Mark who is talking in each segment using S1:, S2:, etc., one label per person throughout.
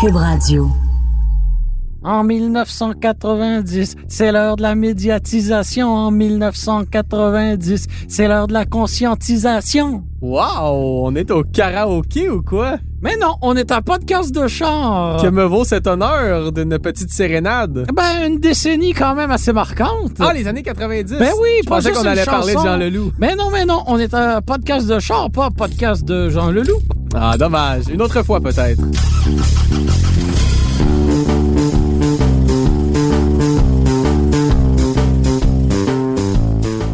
S1: Cube Radio.
S2: En 1990, c'est l'heure de la médiatisation. En 1990, c'est l'heure de la conscientisation.
S3: Wow! On est au karaoké ou quoi?
S2: Mais non, on est à podcast de char.
S3: Que me vaut cet honneur d'une petite sérénade?
S2: Ben, une décennie quand même assez marquante.
S3: Ah, les années 90!
S2: Ben oui,
S3: Je
S2: pas
S3: pensais
S2: juste
S3: qu'on
S2: une
S3: allait parler de
S2: chanson.
S3: Jean Leloup.
S2: Mais non, mais non, on est à podcast de char, pas podcast de Jean Leloup.
S3: Ah, dommage. Une autre fois, peut-être.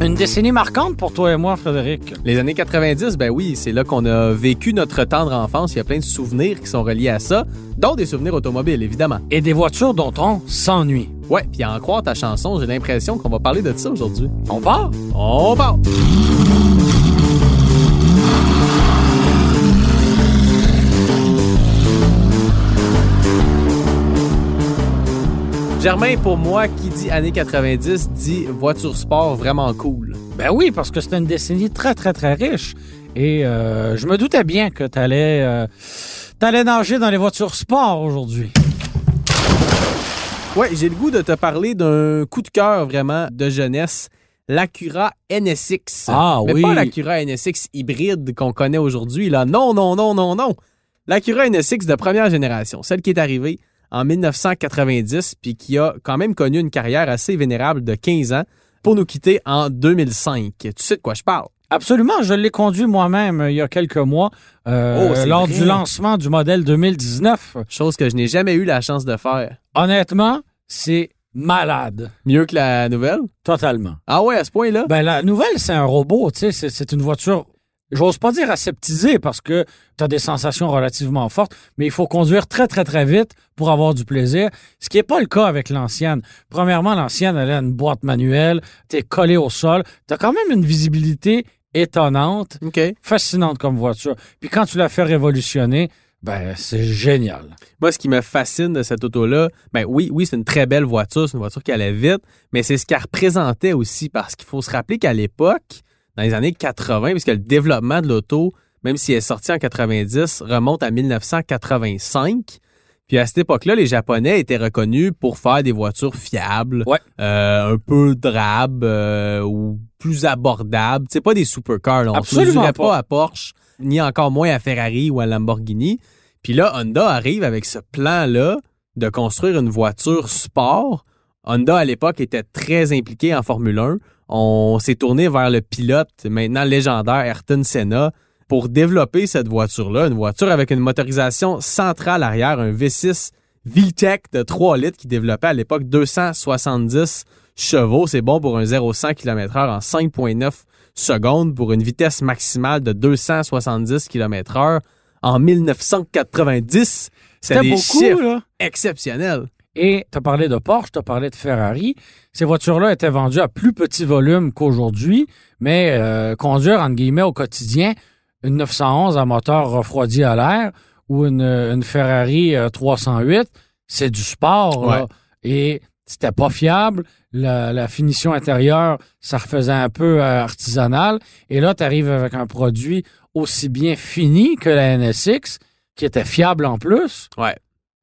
S2: Une décennie marquante pour toi et moi, Frédéric.
S3: Les années 90, ben oui, c'est là qu'on a vécu notre tendre enfance. Il y a plein de souvenirs qui sont reliés à ça, dont des souvenirs automobiles, évidemment.
S2: Et des voitures dont on s'ennuie.
S3: Ouais, puis à en croire ta chanson, j'ai l'impression qu'on va parler de ça aujourd'hui.
S2: On part?
S3: On part! Germain, pour moi, qui dit années 90, dit voiture sport vraiment cool.
S2: Ben oui, parce que c'était une décennie très, très, très riche. Et euh, je me doutais bien que t'allais, euh, t'allais nager dans les voitures sport aujourd'hui.
S3: Ouais, j'ai le goût de te parler d'un coup de cœur vraiment de jeunesse, l'Acura NSX.
S2: Ah
S3: Mais
S2: oui.
S3: pas l'Acura NSX hybride qu'on connaît aujourd'hui, là. Non, non, non, non, non. L'Acura NSX de première génération, celle qui est arrivée en 1990 puis qui a quand même connu une carrière assez vénérable de 15 ans pour nous quitter en 2005. Tu sais de quoi je parle?
S2: Absolument, je l'ai conduit moi-même euh, il y a quelques mois euh,
S3: Oh, c'est
S2: lors
S3: vrai.
S2: du lancement du modèle 2019.
S3: Chose que je n'ai jamais eu la chance de faire.
S2: Honnêtement, c'est malade,
S3: Mieux que la nouvelle?
S2: totalement.
S3: Ah ouais, à ce point-là?
S2: Ben la nouvelle, c'est un robot, tu sais, c'est- c'est une voiture. J'ose pas dire aseptisée parce que tu as des sensations relativement fortes, mais il faut conduire très très très vite pour avoir du plaisir, ce qui est pas le cas avec l'ancienne. Premièrement, l'ancienne elle a une boîte manuelle, tu es collé au sol, tu as quand même une visibilité étonnante,
S3: OK.
S2: fascinante comme voiture. Puis quand tu la fais révolutionner, ben c'est génial.
S3: Moi, ce qui me fascine de cette auto-là, ben oui, oui, c'est une très belle voiture, c'est une voiture qui allait vite, mais c'est ce qu'elle représentait aussi, parce qu'il faut se rappeler qu'à l'époque, dans les années 80, puisque le développement de l'auto, même s'il est sorti en 90, remonte à 1985. Puis à cette époque-là, les Japonais étaient reconnus pour faire des voitures fiables,
S2: Ouais.
S3: euh, un peu drabes euh, ou plus abordables. C'est pas des supercars. Là. On se
S2: Absolument
S3: mesurait
S2: pas.
S3: pas à Porsche, ni encore moins à Ferrari ou à Lamborghini. Puis là, Honda arrive avec ce plan-là de construire une voiture sport. Honda, à l'époque, était très impliqué en Formule 1. On s'est tourné vers le pilote, maintenant légendaire, Ayrton Senna, pour développer cette voiture-là. Une voiture avec une motorisation centrale arrière, un V6 VTEC de 3 litres qui développait à l'époque 270 chevaux. C'est bon pour un 0-100 km/h en 5,9 secondes pour une vitesse maximale de 270 km/h en 1990. C'est
S2: C'était
S3: des
S2: beaucoup
S3: chiffres
S2: là.
S3: exceptionnels.
S2: Et tu as parlé de Porsche, tu as parlé de Ferrari. Ces voitures-là étaient vendues à plus petit volume qu'aujourd'hui, mais euh, conduire, entre guillemets, au quotidien, une 911 à moteur refroidi à l'air ou une, une Ferrari euh, 308, c'est du sport. là.
S3: Ouais.
S2: Et c'était pas fiable. La, la finition intérieure, ça refaisait un peu euh, artisanal. Et là, tu arrives avec un produit aussi bien fini que la NSX, qui était fiable en plus.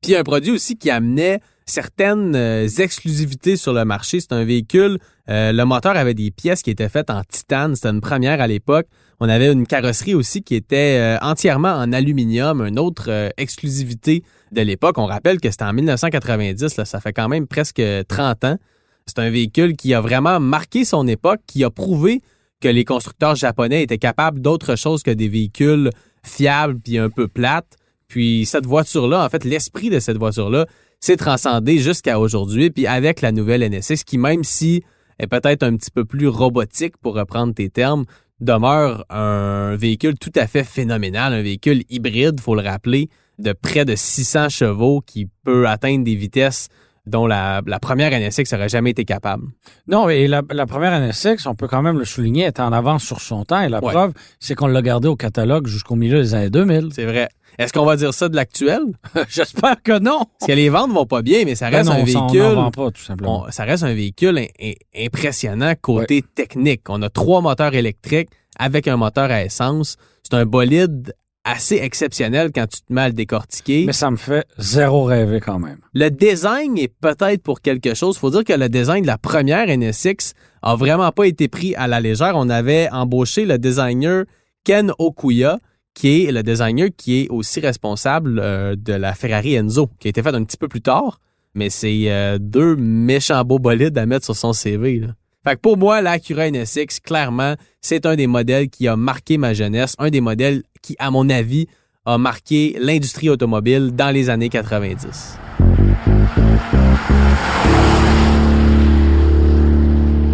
S3: Puis un produit aussi qui amenait certaines euh, exclusivités sur le marché. C'est un véhicule. euh, le moteur avait des pièces qui étaient faites en titane. C'était une première à l'époque. On avait une carrosserie aussi qui était euh, entièrement en aluminium, une autre euh, exclusivité de l'époque. On rappelle que c'était en 1990, là, ça fait quand même presque 30 ans. C'est un véhicule qui a vraiment marqué son époque, qui a prouvé que les constructeurs japonais étaient capables d'autre chose que des véhicules fiables puis un peu plates. Puis cette voiture-là, en fait, l'esprit de cette voiture-là s'est transcendé jusqu'à aujourd'hui. Puis avec la nouvelle NSX, qui même si est peut-être un petit peu plus robotique, pour reprendre tes termes, demeure un véhicule tout à fait phénoménal, un véhicule hybride, faut le rappeler, de près de 600 chevaux qui peut atteindre des vitesses dont la, la première NSX n'aurait jamais été capable.
S2: Non, et la, la première NSX, on peut quand même le souligner, est en avance sur son temps. Et la
S3: Ouais.
S2: preuve, c'est qu'on l'a gardé au catalogue jusqu'au milieu des années 2000.
S3: C'est vrai. Est-ce qu'on va dire ça de l'actuel?
S2: J'espère que non.
S3: Parce que les ventes vont pas bien, mais ça
S2: Ben
S3: reste
S2: non,
S3: un
S2: ça, on n'en
S3: véhicule.
S2: vend pas, tout simplement.
S3: On- ça reste un véhicule im- im- impressionnant côté technique. On a trois moteurs électriques avec un moteur à essence. C'est un bolide assez exceptionnel quand tu te mets à le décortiquer.
S2: Mais ça me fait zéro rêver quand même.
S3: Le design est peut-être pour quelque chose. Faut dire que le design de la première NSX a vraiment pas été pris à la légère. On avait embauché le designer Ken Okuya, qui est le designer qui est aussi responsable euh, de la Ferrari Enzo, qui a été faite un petit peu plus tard. Mais c'est euh, deux méchants beaux bolides à mettre sur son CV. Là. Fait que pour moi, l'Acura NSX, clairement, c'est un des modèles qui a marqué ma jeunesse, un des modèles qui, à mon avis, a marqué l'industrie automobile dans les années 90.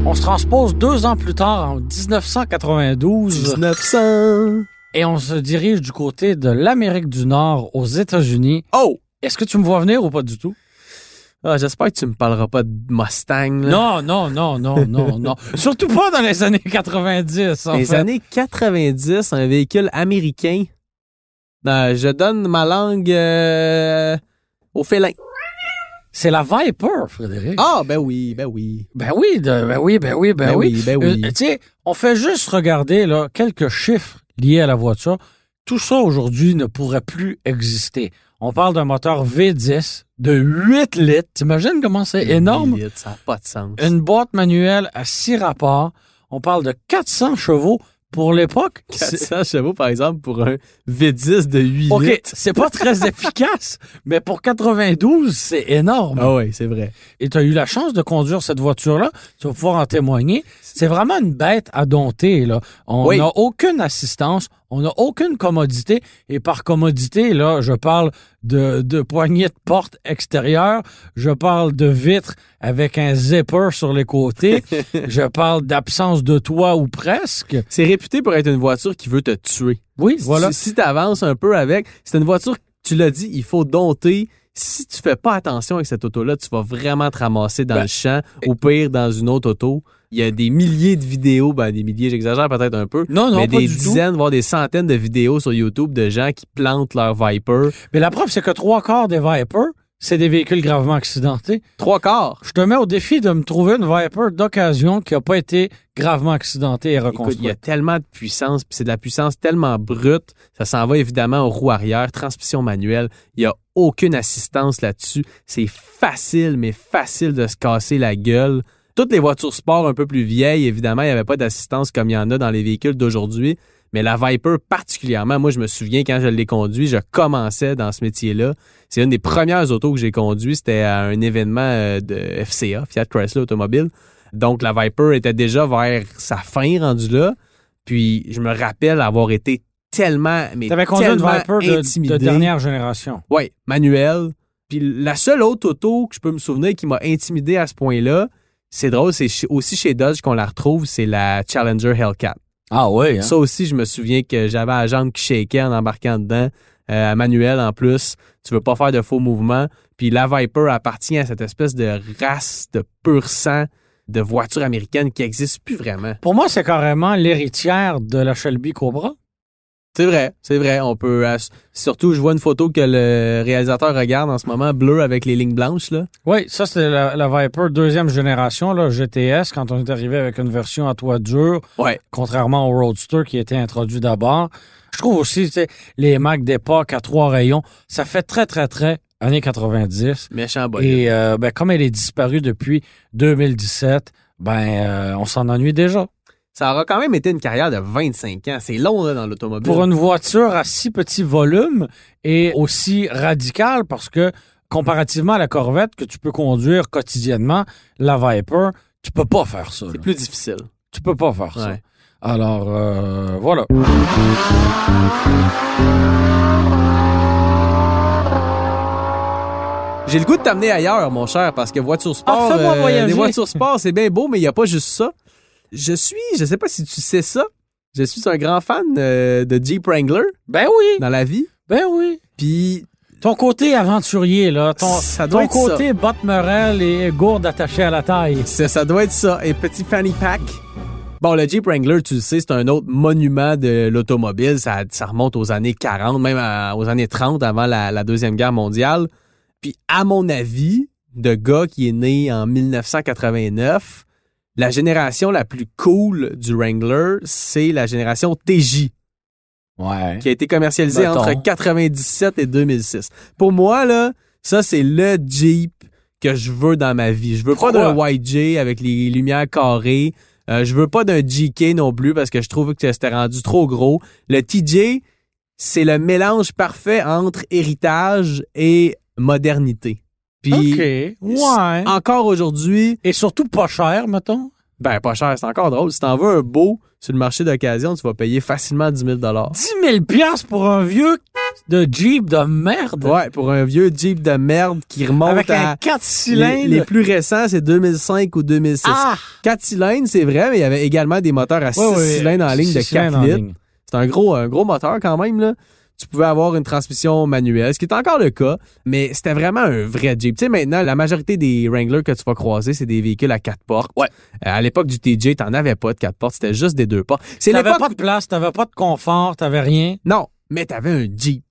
S2: On se transpose deux ans plus tard, en 1992,
S3: 1900.
S2: et on se dirige du côté de l'Amérique du Nord aux États-Unis.
S3: Oh!
S2: Est-ce que tu me vois venir ou pas du tout?
S3: Ah, J'espère que tu me parleras pas de Mustang.
S2: Non,
S3: là.
S2: non, non, non, non, non. Surtout pas dans les années 90, en
S3: les
S2: fait.
S3: années 90, un véhicule américain. Euh, je donne ma langue euh, au félin.
S2: C'est la Viper, Frédéric.
S3: Ah, ben oui, ben oui.
S2: Ben oui, de- ben oui, ben oui, ben,
S3: Ben
S2: oui.
S3: oui, ben oui.
S2: Euh, tu sais, on fait juste regarder là, quelques chiffres liés à la voiture. Tout ça aujourd'hui ne pourrait plus exister. On parle d'un moteur V10 de 8 litres. T'imagines comment c'est énorme?
S3: Minute, Ça n'a pas de sens.
S2: Une boîte manuelle à 6 rapports. On parle de 400 chevaux pour l'époque. c'est-
S3: 400 chevaux, par exemple, pour un V10 de 8
S2: OK,
S3: litres.
S2: c'est pas très efficace, mais pour 92, c'est énorme.
S3: Ah oui, c'est vrai.
S2: Et tu as eu la chance de conduire cette voiture-là, tu vas pouvoir en témoigner. C'est vraiment une bête à dompter. Là. On
S3: Oui.
S2: n'a aucune assistance, on n'a aucune commodité. Et par commodité, là, je parle de, de poignées de porte extérieures, je parle de vitres avec un zipper sur les côtés, je parle d'absence de toit ou presque.
S3: C'est réputé pour être une voiture qui veut te tuer.
S2: Oui,
S3: Si-
S2: voilà.
S3: Si tu avances un peu avec, c'est une voiture, tu l'as dit, il faut dompter. Si tu fais pas attention avec cette auto-là, tu vas vraiment te ramasser dans
S2: Ben,
S3: le champ, au pire dans une autre auto. Il y a des milliers de vidéos, ben des milliers, j'exagère peut-être un peu,
S2: Non, non,
S3: mais
S2: pas
S3: des
S2: du tout.
S3: dizaines, voire des centaines de vidéos sur YouTube de gens qui plantent leur Viper.
S2: Mais la preuve, c'est que trois quarts des Vipers, c'est des véhicules gravement accidentés.
S3: Trois quarts.
S2: Je te mets au défi de me trouver une Viper d'occasion qui n'a pas été gravement accidentée et
S3: Écoute, il y a
S2: reconstruite.
S3: tellement de puissance, puis c'est de la puissance tellement brute, ça s'en va évidemment aux roues arrière, transmission manuelle, il n'y a aucune assistance là-dessus. C'est facile, mais facile de se casser la gueule. Toutes les voitures sport un peu plus vieilles, évidemment, il n'y avait pas d'assistance comme il y en a dans les véhicules d'aujourd'hui. Mais la Viper particulièrement, moi je me souviens quand je l'ai conduit, je commençais dans ce métier-là. C'est une des premières autos que j'ai conduit, c'était à un événement euh, de FCA, Fiat Chrysler Automobile. Donc, la Viper était déjà vers sa fin rendue là. Puis, je me rappelle avoir été tellement, mais
S2: Tu avais conduit une
S3: tellement
S2: Viper de- de,
S3: intimidé.
S2: dernière génération.
S3: Oui, manuel. Puis, la seule autre auto que je peux me souvenir qui m'a intimidé à ce point-là, c'est drôle, c'est chez- aussi chez Dodge qu'on la retrouve, c'est la Challenger Hellcat.
S2: Ah oui,
S3: Ça aussi, je me souviens que j'avais la jambe qui shakeait en embarquant dedans. Euh, à manuel en plus, tu veux pas faire de faux mouvements. Puis la Viper appartient à cette espèce de race de pur sang de voitures américaines qui n'existe plus vraiment.
S2: Pour moi, c'est carrément l'héritière de la Shelby Cobra.
S3: C'est vrai, c'est vrai. On peut euh, s- surtout, je vois une photo que le réalisateur regarde en ce moment, bleue avec les lignes blanches là.
S2: Oui, ça, c'était la, la Viper deuxième génération, là, GTS, quand on est arrivé avec une version à toit dur,
S3: Ouais.
S2: contrairement au Roadster qui était introduit d'abord. Je trouve aussi, tu sais, les Mac d'époque à trois rayons, ça fait très, très, très années 90.
S3: Méchant boy.
S2: Et euh, ben, comme elle est disparue depuis 2017, ben euh, on s'en ennuie déjà.
S3: Ça aura quand même été une carrière de 25 ans. C'est long là dans l'automobile.
S2: Pour une voiture à si petit volume et aussi radicale, parce que comparativement à la Corvette que tu peux conduire quotidiennement, la Viper, tu peux pas faire ça.
S3: C'est
S2: là.
S3: plus difficile.
S2: Tu peux pas faire ça.
S3: Ouais.
S2: Alors euh, voilà.
S3: J'ai le goût de t'amener ailleurs, mon cher, parce que voiture sport,
S2: Ah, fais-moi voyager.
S3: les voitures sport, c'est bien beau, mais il n'y a pas juste ça. Je suis, je sais pas si tu sais ça, je suis un grand fan euh, de Jeep Wrangler
S2: Ben oui,
S3: dans la vie.
S2: ben oui.
S3: Puis
S2: Ton côté aventurier, là, ton,
S3: ça doit
S2: ton
S3: être
S2: côté botte merelle et gourde attachée à la taille.
S3: ça. C'est- Ça doit être ça. Et petit fanny pack. Bon, le Jeep Wrangler, tu le sais, c'est un autre monument de l'automobile. Ça, ça remonte aux années 40, même à- aux années 30, avant la, la Deuxième Guerre mondiale. Puis, à mon avis, de gars qui est né en 1989, la génération la plus cool du Wrangler, c'est la génération TJ.
S2: Ouais.
S3: qui a été commercialisé
S2: Mettons.
S3: entre 97 et 2006. Pour moi, là, ça, c'est le Jeep que je veux dans ma vie. Je veux
S2: Pourquoi?
S3: pas d'un YJ avec les lumières carrées. Euh, je veux pas d'un GK non plus parce que je trouve que c'était rendu trop gros. Le TJ, c'est le mélange parfait entre héritage et modernité. Puis
S2: OK. Ouais.
S3: encore aujourd'hui,
S2: Et surtout pas cher, mettons.
S3: ben pas cher, c'est encore drôle. Si t'en veux un beau sur le marché d'occasion, tu vas payer facilement 10 000
S2: 10 000 piastres pour un vieux de Jeep de merde.
S3: Ouais, pour un vieux Jeep de merde qui remonte
S2: Avec
S3: à...
S2: un 4
S3: Les,
S2: cylindres.
S3: les plus récents, c'est 2005 ou 2006.
S2: Ah!
S3: 4 cylindres, c'est vrai, mais il y avait également des moteurs à 6
S2: Ouais, ouais,
S3: cylindres en
S2: six
S3: ligne de 4
S2: cylindres en
S3: litres.
S2: ligne.
S3: C'est un gros, un gros moteur quand même. Là. Tu pouvais avoir une transmission manuelle, ce qui est encore le cas, mais c'était vraiment un vrai Jeep. Tu sais, maintenant, la majorité des Wrangler que tu vas croiser, c'est des véhicules à 4 portes.
S2: Ouais.
S3: Euh, à l'époque du TJ, t'en avais pas de 4 portes, c'était juste des 2 portes. C'est
S2: T'avais
S3: l'époque...
S2: pas de place, t'avais pas de confort, t'avais rien.
S3: Non, mais t'avais un Jeep.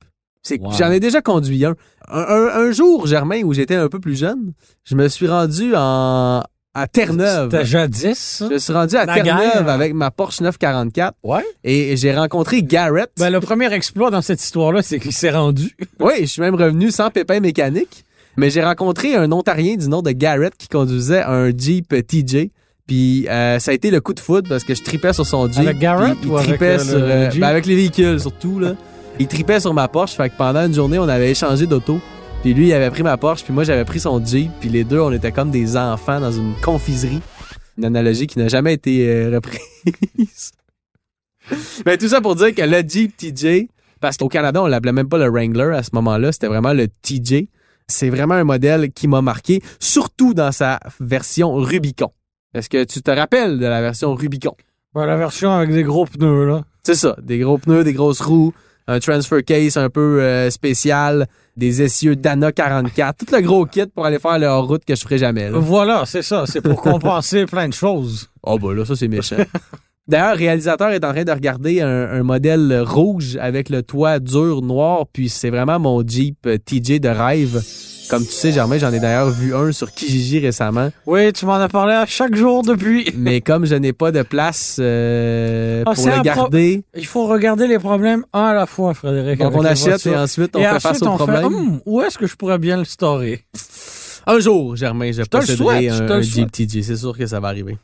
S3: C'est que
S2: Wow.
S3: J'en ai déjà conduit un. Un, un- un jour, Germain, où j'étais un peu plus jeune, je me suis rendu en, à Terre-Neuve.
S2: C'était jadis, ça.
S3: Je suis rendu à
S2: Naguère.
S3: Terre-Neuve avec ma Porsche 944
S2: Ouais.
S3: et j'ai rencontré Garrett.
S2: Ben, le premier exploit dans cette histoire-là, c'est qu'il s'est rendu.
S3: Oui, je suis même revenu sans pépin mécanique, mais j'ai rencontré un Ontarien du nom de Garrett qui conduisait un Jeep TJ. Puis euh, ça a été le coup de foudre parce que je tripais sur son Jeep.
S2: Avec Garrett
S3: puis il
S2: ou avec,
S3: tripait
S2: euh, le-
S3: sur, euh,
S2: le Jeep?
S3: ben, avec les véhicules surtout là. Il tripait sur ma Porsche, fait que pendant une journée on avait échangé d'auto. Puis lui il avait pris ma Porsche, puis moi j'avais pris son Jeep, puis les deux on était comme des enfants dans une confiserie. Une analogie qui n'a jamais été euh, reprise. Mais tout ça pour dire que le Jeep TJ, parce qu'au Canada, on l'appelait même pas le Wrangler à ce moment-là, c'était vraiment le TJ. C'est vraiment un modèle qui m'a marqué, surtout dans sa version Rubicon. Est-ce que tu te rappelles de la version Rubicon?
S2: Ouais, Ben, la version avec des gros pneus, là.
S3: C'est ça, des gros pneus, des grosses roues, un transfer case un peu euh, spécial, des essieux Dana 44, tout le gros kit pour aller faire le hors-route que je ferai jamais. là.
S2: Voilà, c'est ça. C'est pour compenser plein de choses.
S3: Oh, bah là, ça, c'est méchant. D'ailleurs, le réalisateur est en train de regarder un, un modèle rouge avec le toit dur noir, puis c'est vraiment mon Jeep euh, TJ de rêve. Comme tu sais, Germain, j'en ai d'ailleurs vu un sur Kijiji récemment,
S2: Oui, tu m'en as parlé à chaque jour depuis.
S3: mais comme je n'ai pas de place euh,
S2: Ah,
S3: pour
S2: c'est un pro-
S3: le garder,
S2: Il faut regarder les problèmes un à la fois, Frédéric.
S3: donc
S2: avec
S3: on
S2: les
S3: achète
S2: voitures.
S3: et ensuite on
S2: Et
S3: fait
S2: ensuite,
S3: face au
S2: on fait,
S3: problème.
S2: Hum, où est-ce que je pourrais bien le storer?
S3: Un jour, Germain, je
S2: te le
S3: posséderai
S2: souhaite, je
S3: un,
S2: te le
S3: un Jeep TJ. C'est sûr que ça va arriver.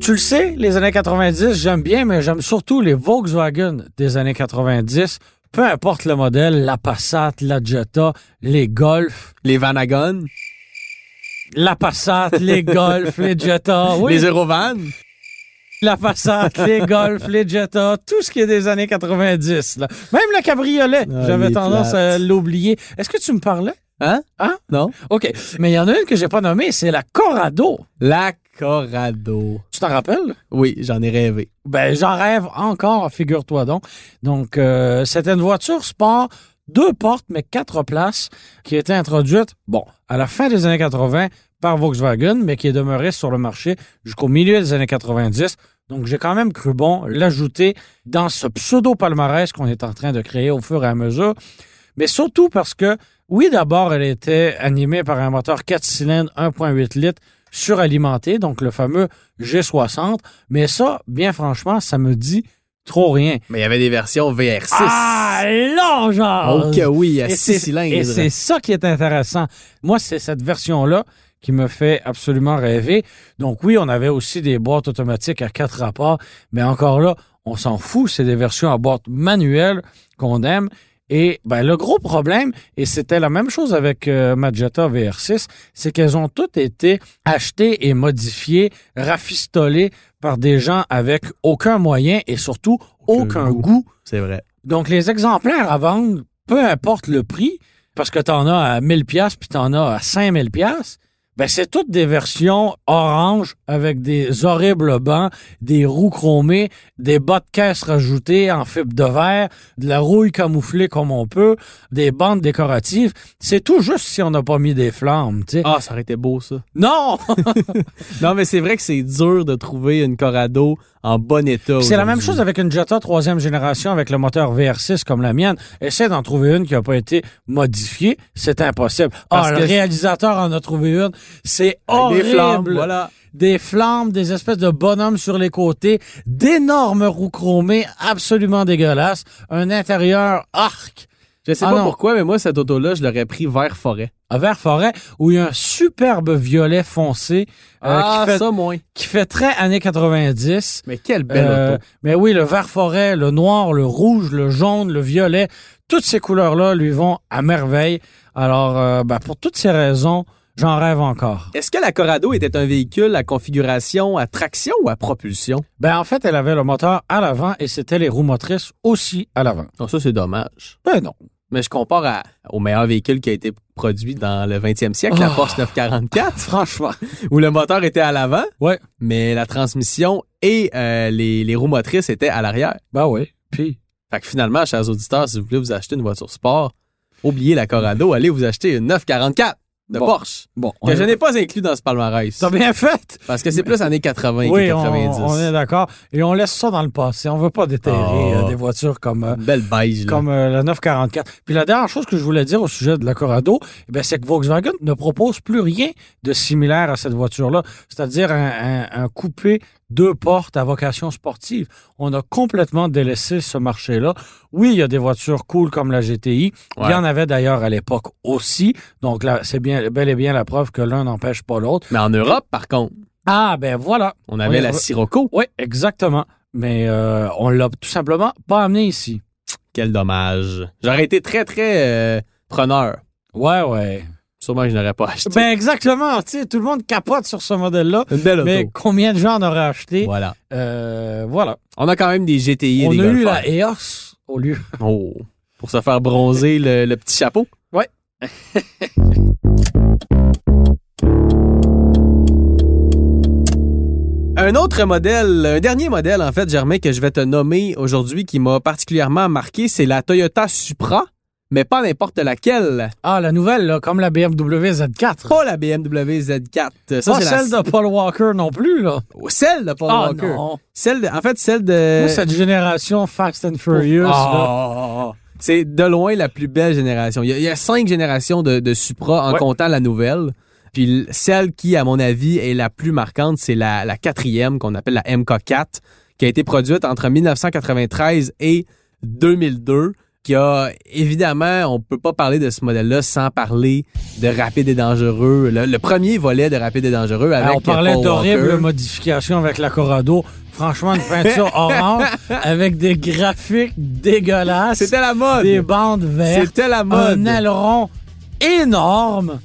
S2: Tu le sais, les années 90, j'aime bien, mais j'aime surtout les Volkswagen des années 90. Peu importe le modèle, la Passat, la Jetta, les Golf,
S3: Les Vanagon,
S2: la Passat, les Golf, les Jetta, oui,
S3: les Eurovan.
S2: la Passat, les Golf, les Jetta, tout ce qui est des années 90. là. Même le cabriolet,
S3: Ah, il
S2: j'avais
S3: est
S2: tendance
S3: plate.
S2: à l'oublier. Est-ce que tu me parlais?
S3: Hein?
S2: Hein?
S3: Non.
S2: OK. Mais il y en a une que j'ai pas nommée, c'est la Corrado.
S3: La Corrado.
S2: Tu t'en rappelles?
S3: Oui, j'en ai rêvé.
S2: Ben, j'en rêve encore, figure-toi donc. Donc, euh, c'était une voiture sport, deux portes, mais quatre places, qui était introduite, bon, à la fin des années 80 par Volkswagen, mais qui est demeurée sur le marché jusqu'au milieu des années 90. Donc, j'ai quand même cru bon l'ajouter dans ce pseudo-palmarès qu'on est en train de créer au fur et à mesure. Mais surtout parce que, oui, d'abord, elle était animée par un moteur 4 cylindres 1.8 litres suralimenté, donc le fameux G60. Mais ça, bien franchement, ça me dit trop rien.
S3: Mais il y avait des versions VR6.
S2: là, genre!
S3: Ok, oui, à
S2: Et
S3: 6
S2: c'est- Et c'est
S3: cylindres.
S2: ça qui est intéressant. Moi, c'est cette version-là qui me fait absolument rêver. Donc oui, on avait aussi des boîtes automatiques à quatre rapports, mais encore là, on s'en fout. C'est des versions à boîte manuelle qu'on aime. Et ben, le gros problème, et c'était la même chose avec euh, ma Jetta VR6, c'est qu'elles ont toutes été achetées et modifiées, rafistolées par des gens avec aucun moyen et surtout
S3: Aucun
S2: aucun goût
S3: C'est vrai.
S2: donc, les exemplaires à vendre, peu importe le prix, parce que t'en as à 1000 pièces puis t'en as à 5000 pièces, ben c'est toutes des versions orange avec des horribles bancs, des roues chromées, des bas de caisse rajoutés en fibre de verre, de la rouille camouflée comme on peut, des bandes décoratives. C'est tout juste si on n'a pas mis des flammes, tu sais.
S3: Ah, ça aurait été beau, ça.
S2: Non!
S3: Non, mais c'est vrai que c'est dur de trouver une Corrado en bon état.
S2: C'est la
S3: aujourd'hui.
S2: même chose avec une Jetta troisième génération avec le moteur VR6 comme la mienne. Essaie d'en trouver une qui n'a pas été modifiée. C'est impossible. Ah,
S3: Parce
S2: le
S3: que-
S2: réalisateur en a trouvé une. C'est
S3: Avec
S2: horrible.
S3: Des flammes, voilà.
S2: des flammes, des espèces de bonhommes sur les côtés, d'énormes roues chromées absolument dégueulasses, un intérieur arc
S3: Je sais
S2: Ah
S3: pas
S2: non.
S3: pourquoi, mais moi, cette auto-là, je l'aurais pris vers forêt.
S2: à vert forêt où il y a un superbe violet foncé euh, qui, fait,
S3: Ah, ça, moins.
S2: qui fait très années 90.
S3: Mais quelle belle
S2: Euh,
S3: auto.
S2: mais oui, le vert forêt, le noir, le rouge, le jaune, le violet, toutes ces couleurs-là lui vont à merveille. Alors, euh, ben, pour toutes ces raisons, j'en rêve encore.
S3: Est-ce que la Corrado était un véhicule à configuration à traction ou à propulsion?
S2: Ben, en fait, elle avait le moteur à l'avant et c'était les roues motrices aussi à l'avant.
S3: Non, ça, c'est dommage.
S2: Ben non.
S3: Mais je compare à- au meilleur véhicule qui a été produit dans le 20e siècle, la
S2: Oh.
S3: Porsche 944,
S2: Franchement.
S3: où le moteur était à l'avant,
S2: Ouais.
S3: mais la transmission et euh, les, les roues motrices étaient à l'arrière.
S2: Ben oui. Puis,
S3: Fait que finalement, chers auditeurs, si vous voulez vous acheter une voiture sport, oubliez la Corrado, allez vous acheter une 944 de
S2: Bon.
S3: Porsche,
S2: bon.
S3: que
S2: on-
S3: je n'ai pas inclus dans ce palmarès.
S2: T'as bien fait.
S3: Parce que c'est plus années 80 que
S2: Oui, on,
S3: 90.
S2: on est d'accord. Et on laisse ça dans le passé. On veut pas déterrer
S3: Oh.
S2: euh, des voitures comme euh,
S3: Une Belle beige, là.
S2: comme euh, la 944. Puis la dernière chose que je voulais dire au sujet de la Corrado, eh bien, c'est que Volkswagen ne propose plus rien de similaire à cette voiture-là, c'est-à-dire un, un- un coupé deux portes à vocation sportive. On a complètement délaissé ce marché-là. Oui, il y a des voitures cool comme la GTI. Il
S3: Ouais.
S2: y en avait d'ailleurs à l'époque aussi. Donc là, c'est bien, bel et bien la preuve que l'un n'empêche pas l'autre.
S3: Mais en Europe, par contre,
S2: Ah, ben voilà.
S3: on avait
S2: Oui,
S3: la
S2: re-
S3: Sirocco.
S2: Oui, exactement. Mais euh, on l'a tout simplement pas amené ici.
S3: Quel dommage. J'aurais été très, très euh, preneur.
S2: Ouais, ouais.
S3: Sûrement que je n'aurais pas acheté.
S2: Ben exactement, tu sais, tout le monde capote sur ce modèle-là.
S3: une belle auto.
S2: Mais combien de gens en auraient acheté?
S3: Voilà.
S2: Euh, voilà.
S3: On a quand même des GTI et
S2: On
S3: des
S2: a eu
S3: Golfers.
S2: la EOS au lieu.
S3: Oh. Pour se faire bronzer le, le petit chapeau.
S2: Ouais.
S3: Un autre modèle, un dernier modèle en fait, Germain, que je vais te nommer aujourd'hui qui m'a particulièrement marqué, c'est la Toyota Supra, mais pas n'importe laquelle.
S2: Ah, la nouvelle, là, comme la BMW Z4.
S3: Pas la BMW Z4. Oh, Ça,
S2: pas
S3: c'est la-
S2: Ah, celle de Paul Walker non plus, là.
S3: Oh, Celle de Paul
S2: ah
S3: Walker.
S2: non.
S3: Celle de- en fait, celle de.
S2: Moi, cette génération Fast and Furious, là.
S3: Ah. C'est de loin la plus belle génération. Il y a, il y a cinq générations de, de Supra en
S2: Ouais.
S3: comptant la nouvelle. Puis l- celle qui, à mon avis, est la plus marquante, c'est la, la quatrième qu'on appelle la MK4, qui a été produite entre 1993 et 2002. Qui a, évidemment, on peut pas parler de ce modèle-là sans parler de Rapide et Dangereux. Le, le premier volet de Rapide et Dangereux avec
S2: Alors, Ah, on parlait
S3: Paul
S2: d'horribles
S3: Walker.
S2: modifications avec la Corrado. Franchement, une peinture orange avec des graphiques dégueulasses.
S3: C'était la mode!
S2: Des bandes vertes.
S3: C'était la mode!
S2: un aileron énorme.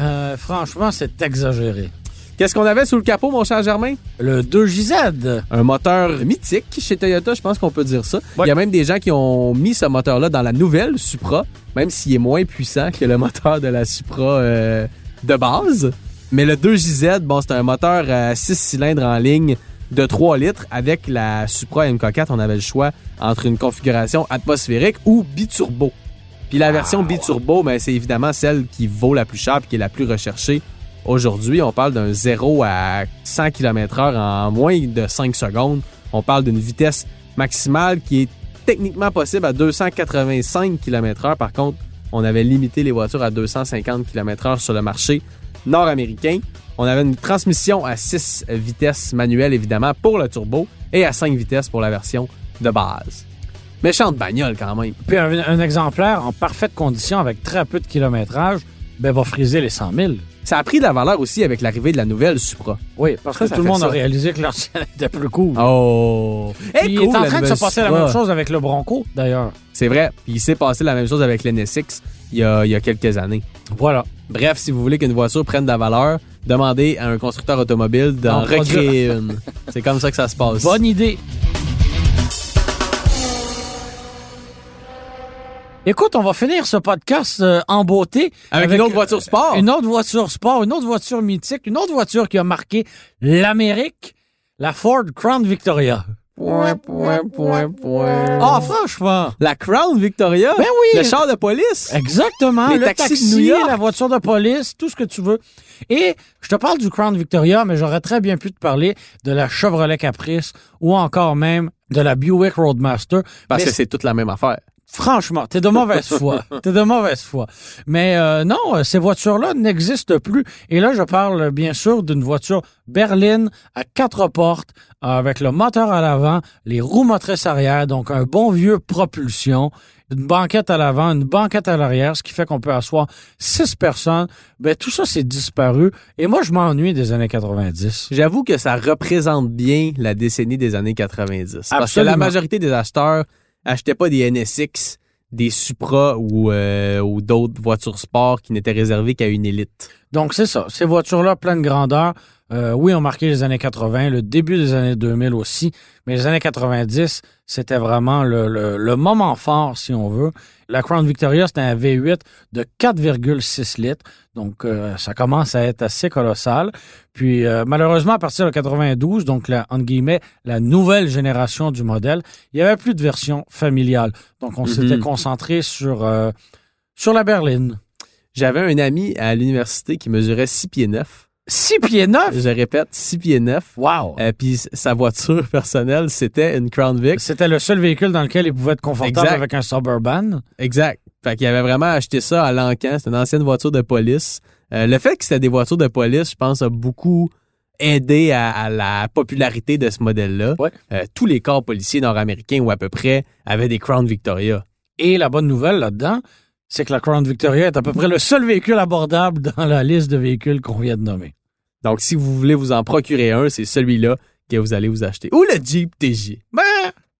S2: Euh, franchement, c'est exagéré.
S3: Qu'est-ce qu'on avait sous le capot, mon cher Germain?
S2: Le 2JZ.
S3: un moteur mythique chez Toyota, je pense qu'on peut dire ça.
S2: Ouais.
S3: Il y a même des gens qui ont mis ce moteur-là dans la nouvelle Supra, même s'il est moins puissant que le moteur de la Supra euh, de base. Mais le 2JZ, bon, c'est un moteur à 6 cylindres en ligne de 3 litres. Avec la Supra MK4, on avait le choix entre une configuration atmosphérique ou biturbo. Puis la version biturbo, ben, c'est évidemment celle qui vaut la plus chère et qui est la plus recherchée Aujourd'hui, on parle d'un 0 à 100 km/h en moins de 5 secondes. On parle d'une vitesse maximale qui est techniquement possible à 285 km/h. Par contre, on avait limité les voitures à 250 km/h sur le marché nord-américain. On avait une transmission à 6 vitesses manuelles, évidemment, pour le turbo et à 5 vitesses pour la version de base. Méchante bagnole quand même.
S2: Puis un, un exemplaire en parfaite condition avec très peu de kilométrage, ben, va friser les 100 000.
S3: Ça a pris de la valeur aussi avec l'arrivée de la nouvelle Supra.
S2: Oui, parce
S3: Ça,
S2: que
S3: ça
S2: tout le
S3: fait
S2: monde
S3: ça.
S2: a réalisé que l'ancienne était plus cool.
S3: Oh!
S2: Puis il est en train de se passer la même chose avec le Bronco, d'ailleurs.
S3: C'est vrai. Puis il s'est passé la même chose avec l'NSX il y a, il y a quelques années.
S2: Voilà.
S3: Bref, si vous voulez qu'une voiture prenne de la valeur, demandez à un constructeur automobile d'en
S2: D'en produire.
S3: recréer une. C'est comme ça que ça se passe.
S2: Bonne idée. Écoute, on va finir ce podcast euh, en beauté
S3: Avec, une autre voiture sport.
S2: Une autre voiture sport, une autre voiture mythique, une autre voiture qui a marqué l'Amérique, la Ford Crown Victoria.
S3: Point, point, point, point.
S2: Ah, franchement!
S3: La Crown Victoria.
S2: Ben oui! Eh,
S3: Le char de police.
S2: Exactement.
S3: Les
S2: le
S3: taxis de
S2: taxi,
S3: New York.
S2: la voiture de police, tout ce que tu veux. Et je te parle du Crown Victoria, mais j'aurais très bien pu te parler de la Chevrolet Caprice ou encore même de la Buick Roadmaster.
S3: Parce
S2: Mais
S3: que c'est toute la même affaire.
S2: Franchement, t'es de mauvaise foi. t'es de mauvaise foi. Mais euh, non, euh, ces voitures-là n'existent plus. Et là, je parle euh, bien sûr d'une voiture berline à quatre portes, euh, avec le moteur à l'avant, les roues motrices arrière, donc un bon vieux propulsion, une banquette à l'avant, une banquette à l'arrière, ce qui fait qu'on peut asseoir six personnes. Ben tout ça, c'est disparu. Et moi, je m'ennuie des années 90.
S3: J'avoue que ça représente bien la décennie des années 90. Parce que
S2: Absolument.
S3: la majorité des acheteurs achetaient pas des NSX, des Supra ou, euh, ou d'autres voitures sport qui n'étaient réservées qu'à une élite.
S2: Donc, c'est ça. Ces voitures-là, pleine grandeur, euh, oui, ont marqué les années 80, le début des années 2000 aussi, mais les années 90, c'était vraiment le, le- le moment fort, si on veut. La Crown Victoria, c'était un V8 de 4,6 litres, donc euh, ça commence à être assez colossal. Puis, euh, malheureusement, à partir de 92, donc, la, entre guillemets, la nouvelle génération du modèle, il n'y avait plus de version familiale. Donc, on
S3: Mhm.
S2: s'était concentré sur, euh, sur la berline.
S3: J'avais un ami à l'université qui mesurait 6 pieds 9.
S2: 6 pieds 9!
S3: Je répète, 6 pieds 9.
S2: Wow!
S3: Et puis s- sa voiture personnelle, c'était une Crown Vic.
S2: C'était le seul véhicule dans lequel il pouvait être confortable
S3: Exact.
S2: avec un suburban.
S3: Exact. Fait qu'il avait vraiment acheté ça à l'encan. C'était une ancienne voiture de police. Euh, le fait que c'était des voitures de police, je pense, a beaucoup aidé à, à la popularité de ce modèle-là.
S2: Ouais.
S3: Euh, tous les corps policiers nord-américains ou à peu près avaient des Crown Victoria.
S2: Et la bonne nouvelle là-dedans, c'est que la Crown Victoria est à peu près le seul véhicule abordable dans la liste de véhicules qu'on vient de nommer.
S3: Donc, si vous voulez vous en procurer un, c'est celui-là que vous allez vous acheter. Ou le Jeep TJ. Ben,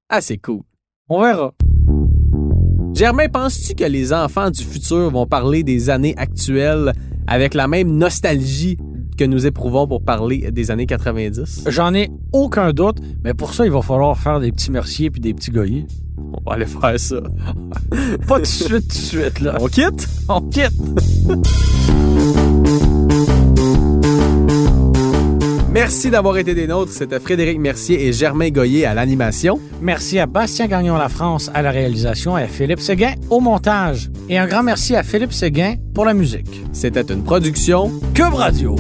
S3: assez cool.
S2: On verra.
S3: Germain, penses-tu que les enfants du futur vont parler des années actuelles avec la même nostalgie que nous éprouvons pour parler des années 90?
S2: J'en ai aucun doute, mais pour ça, il va falloir faire des petits merciers puis des petits goyers.
S3: On va aller faire ça.
S2: Pas de suite, tout de suite, là.
S3: On quitte?
S2: On quitte.
S3: Merci d'avoir été des nôtres. C'était Frédéric Mercier et Germain Goyer à l'animation.
S2: Merci à Bastien Gagnon La France à la réalisation et à Philippe Séguin au montage. Et un grand merci à Philippe Séguin pour la musique.
S3: C'était une production
S2: Cube Radio.